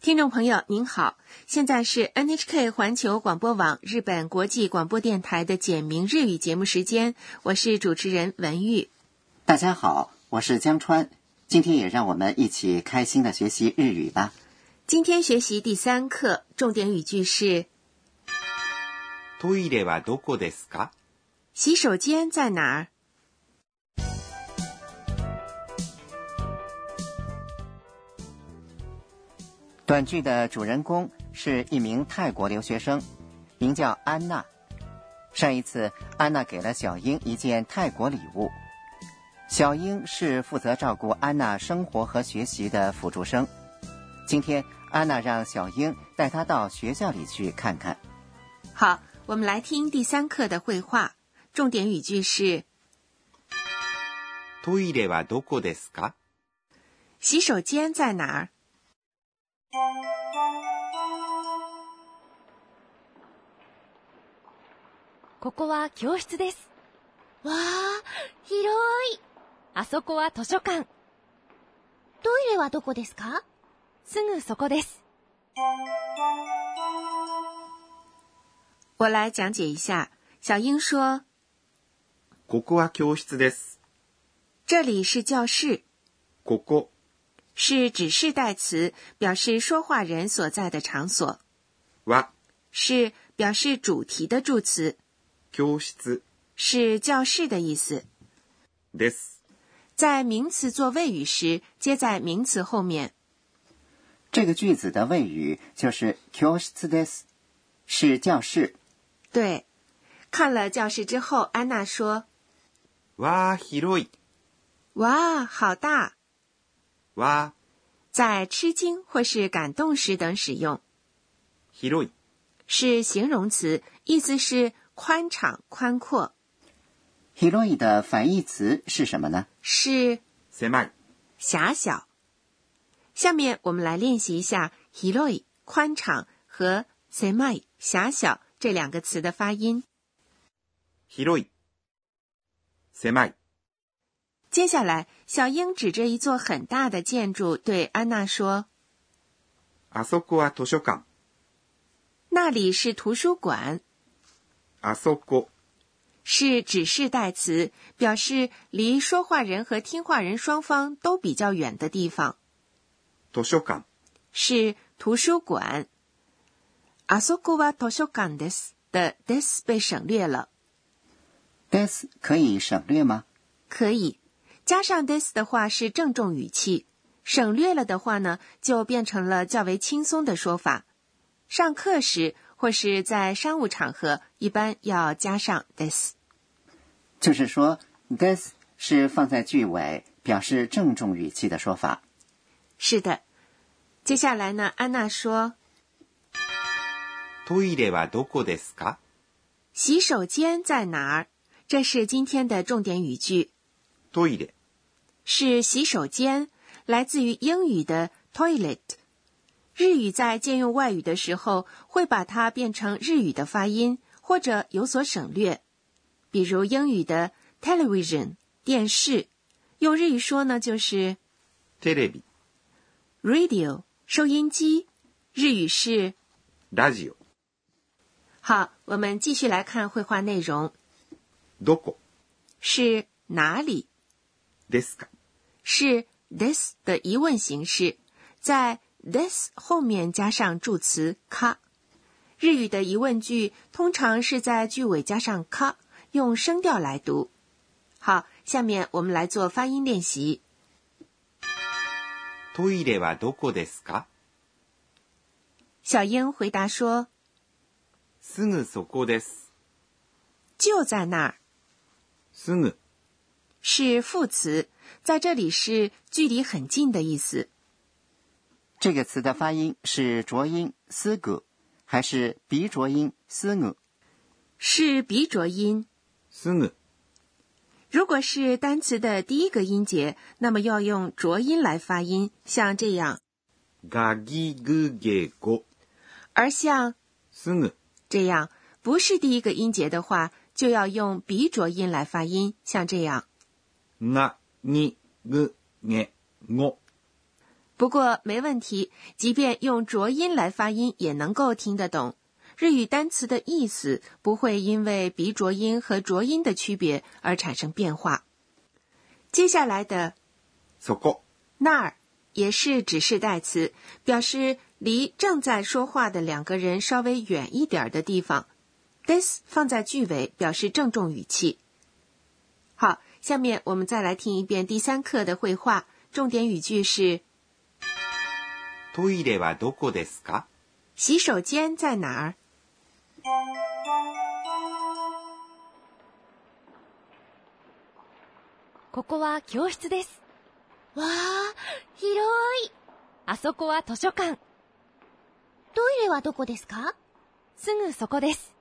听众朋友您好，现在是 NHK 环球广播网日本国际广播电台的简明日语节目时间，我是主持人文玉。大家好，我是江川，今天也让我们一起开心的学习日语吧。今天学习第三课，重点语句是トイレはどこですか洗手间在哪儿？短剧的主人公是一名泰国留学生，名叫安娜。上一次，安娜给了小英一件泰国礼物。小英是负责照顾安娜生活和学习的辅助生。今天，安娜让小英带她到学校里去看看。好，我们来听第三课的绘画，重点语句是トイレはどこですか洗手间在哪儿？ここは教室です。わあ、広い。あそこは図書館。トイレはどこですかすぐそこです。我来讲解一下。小英说ここは教室です。：“这里是教室，ここ是指示代词，表示说话人所在的场所，は是表示主题的助词，教室是教室的意思。です。在名词做谓语时，接在名词后面。这个句子的谓语就是教室です，是教室。对，看了教室之后，安娜说わー広い。：“哇，好大わ！”在吃惊或是感动时等使用，ー広い。是形容词，意思是宽敞、宽阔，広い的反义词是什么呢？是狭い。狭小。下面我们来练习一下 “hiroi” 宽敞和 “semai” 狭小这两个词的发音。広い。狭い。接下来，小英指着一座很大的建筑对安娜说あそこは図書館。：“那里是图书馆。あそこ。”是指示代词，表示离说话人和听话人双方都比较远的地方。図書館。是图书馆。あそこは図書館です的 this 被省略了。 this 可以省略吗？可以。加上 this 的话是郑重语气，省略了的话呢，就变成了较为轻松的说法。上课时或是在商务场合，一般要加上 this。就是说，this 是放在句尾，表示郑重语气的说法。是的。接下来呢，安娜说トイレはどこですか：“洗手间在哪儿？”这是今天的重点语句，トイレ。是洗手间，来自于英语的 toilet。日语在借用外语的时候，会把它变成日语的发音，或者有所省略。比如英语的 television 电视，用日语说呢就是テレビ。 radio 收音机，日语是。ラジオ。好，我们继续来看绘画内容，どこ是哪里？ですか是 this 的疑问形式，在 this 后面加上助词 ka。日语的疑问句通常是在句尾加上 ka，用声调来读。好，下面我们来做发音练习。トイレはどこですか小英回答说すぐそこです。：“就在那儿すぐ。”是副词，在这里是距离很近的意思。这个词的发音是浊音すぐ，还是鼻浊音すぐ？是鼻浊音。すぐ。如果是单词的第一个音节，那么要用浊音来发音，像这样；ガギグゲゴ。而像すぐ。这样不是第一个音节的话，就要用鼻浊音来发音，像这样。が、に、ぐ、げ、ご。不过没问题，即便用浊音来发音也能够听得懂。日语单词的意思不会因为鼻浊音和浊音的区别而产生变化。接下来的そこ、那儿也是指示代词，表示离正在说话的两个人稍微远一点儿的地方。this 放在句尾，表示郑重语气。好，下面我们再来听一遍第三课的绘画，重点语句是トイレはどこですか“洗手间在哪儿ここは教室です。わあ、広い。あそこは図書館。トイレはどこですかすぐそこです。”。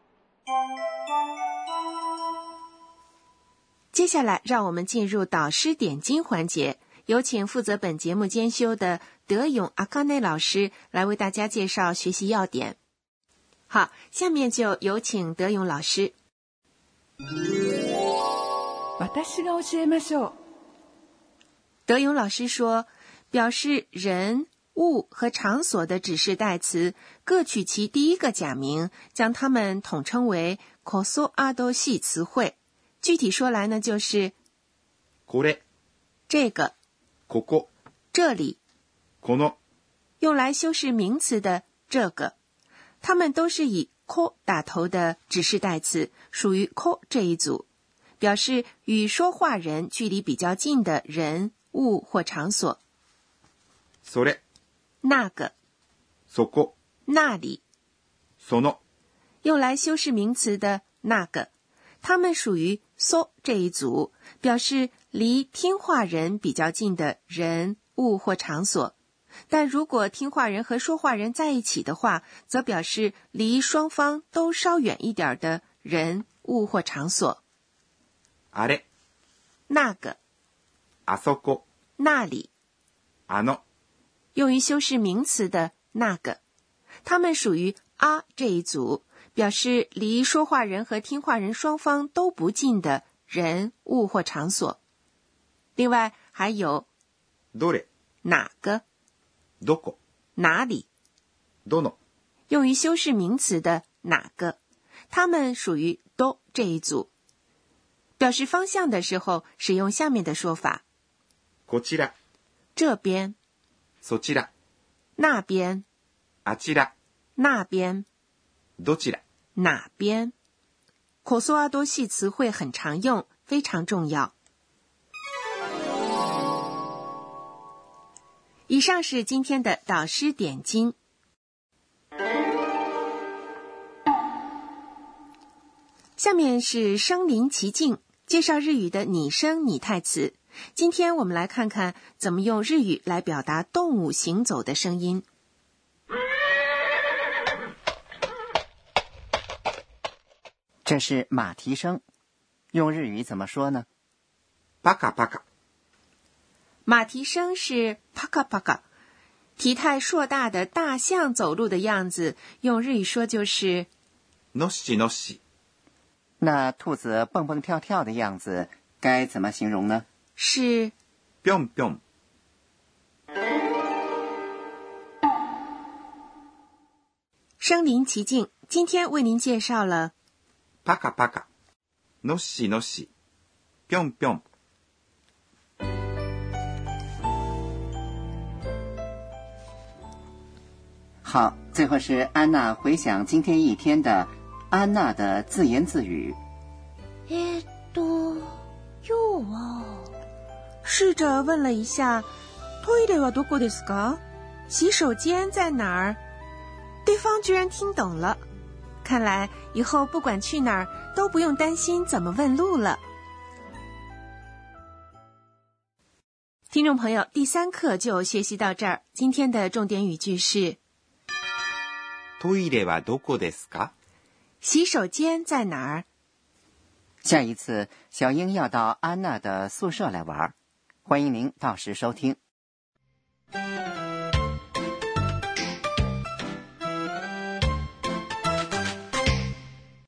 接下来，让我们进入导师点睛环节，有请负责本节目监修的德勇阿康内老师来为大家介绍学习要点。好，下面就有请德勇老师。私が教えましょう德勇老师说，表示人、物和场所的指示代词各取其第一个假名，将它们统称为 “koso ado 系词汇。具体说来呢，就是これ、这个、ここ、这里この、用来修饰名词的这个，它们都是以 “ko” 打头的指示代词，属于 “ko” 这一组，表示与说话人距离比较近的人、物或场所。それ、那个、そこ、那里。その、用来修饰名词的那个，它们属于 “so” 这一组，表示离听话人比较近的人、物或场所。但如果听话人和说话人在一起的话，则表示离双方都稍远一点的人、物或场所。あれ、那个、あそこ、那里，あの、用于修饰名词的那个，它们属于啊这一组，表示离说话人和听话人双方都不近的人、物或场所。另外还有どれ、哪个、どこ、哪里，どの、用于修饰名词的哪个，它们属于都这一组，表示方向的时候使用下面的说法：こちら、这边、そちら、那边、あちら、那边。どちら、哪边？口苏阿多系词汇很常用，非常重要。以上是今天的导师点睛。下面是身临其境，介绍日语的拟声拟态词。今天我们来看看怎么用日语来表达动物行走的声音。这是马蹄声，用日语怎么说呢？パカパカ、马蹄声是啪咔啪咔，蹄态硕大的大象走路的样子，用日语说就是のっしのっし、那兔子蹦蹦跳跳的样子该怎么形容呢？是。ぴょんぴょん、身临其境，今天为您介绍了パカパカ、のっしのっし、ぴょんぴょん。好，最后是安娜回想今天一天的安娜的自言自语。えー、っと、今日は、试着问了一下，トイレはどこですか？洗手间在哪儿？对方居然听懂了，看来以后不管去哪儿都不用担心怎么问路了。听众朋友，第三课就学习到这儿。今天的重点语句是：トイレはどこですか洗手间在哪儿？下一次小英要到安娜的宿舍来玩儿，欢迎您到时收听。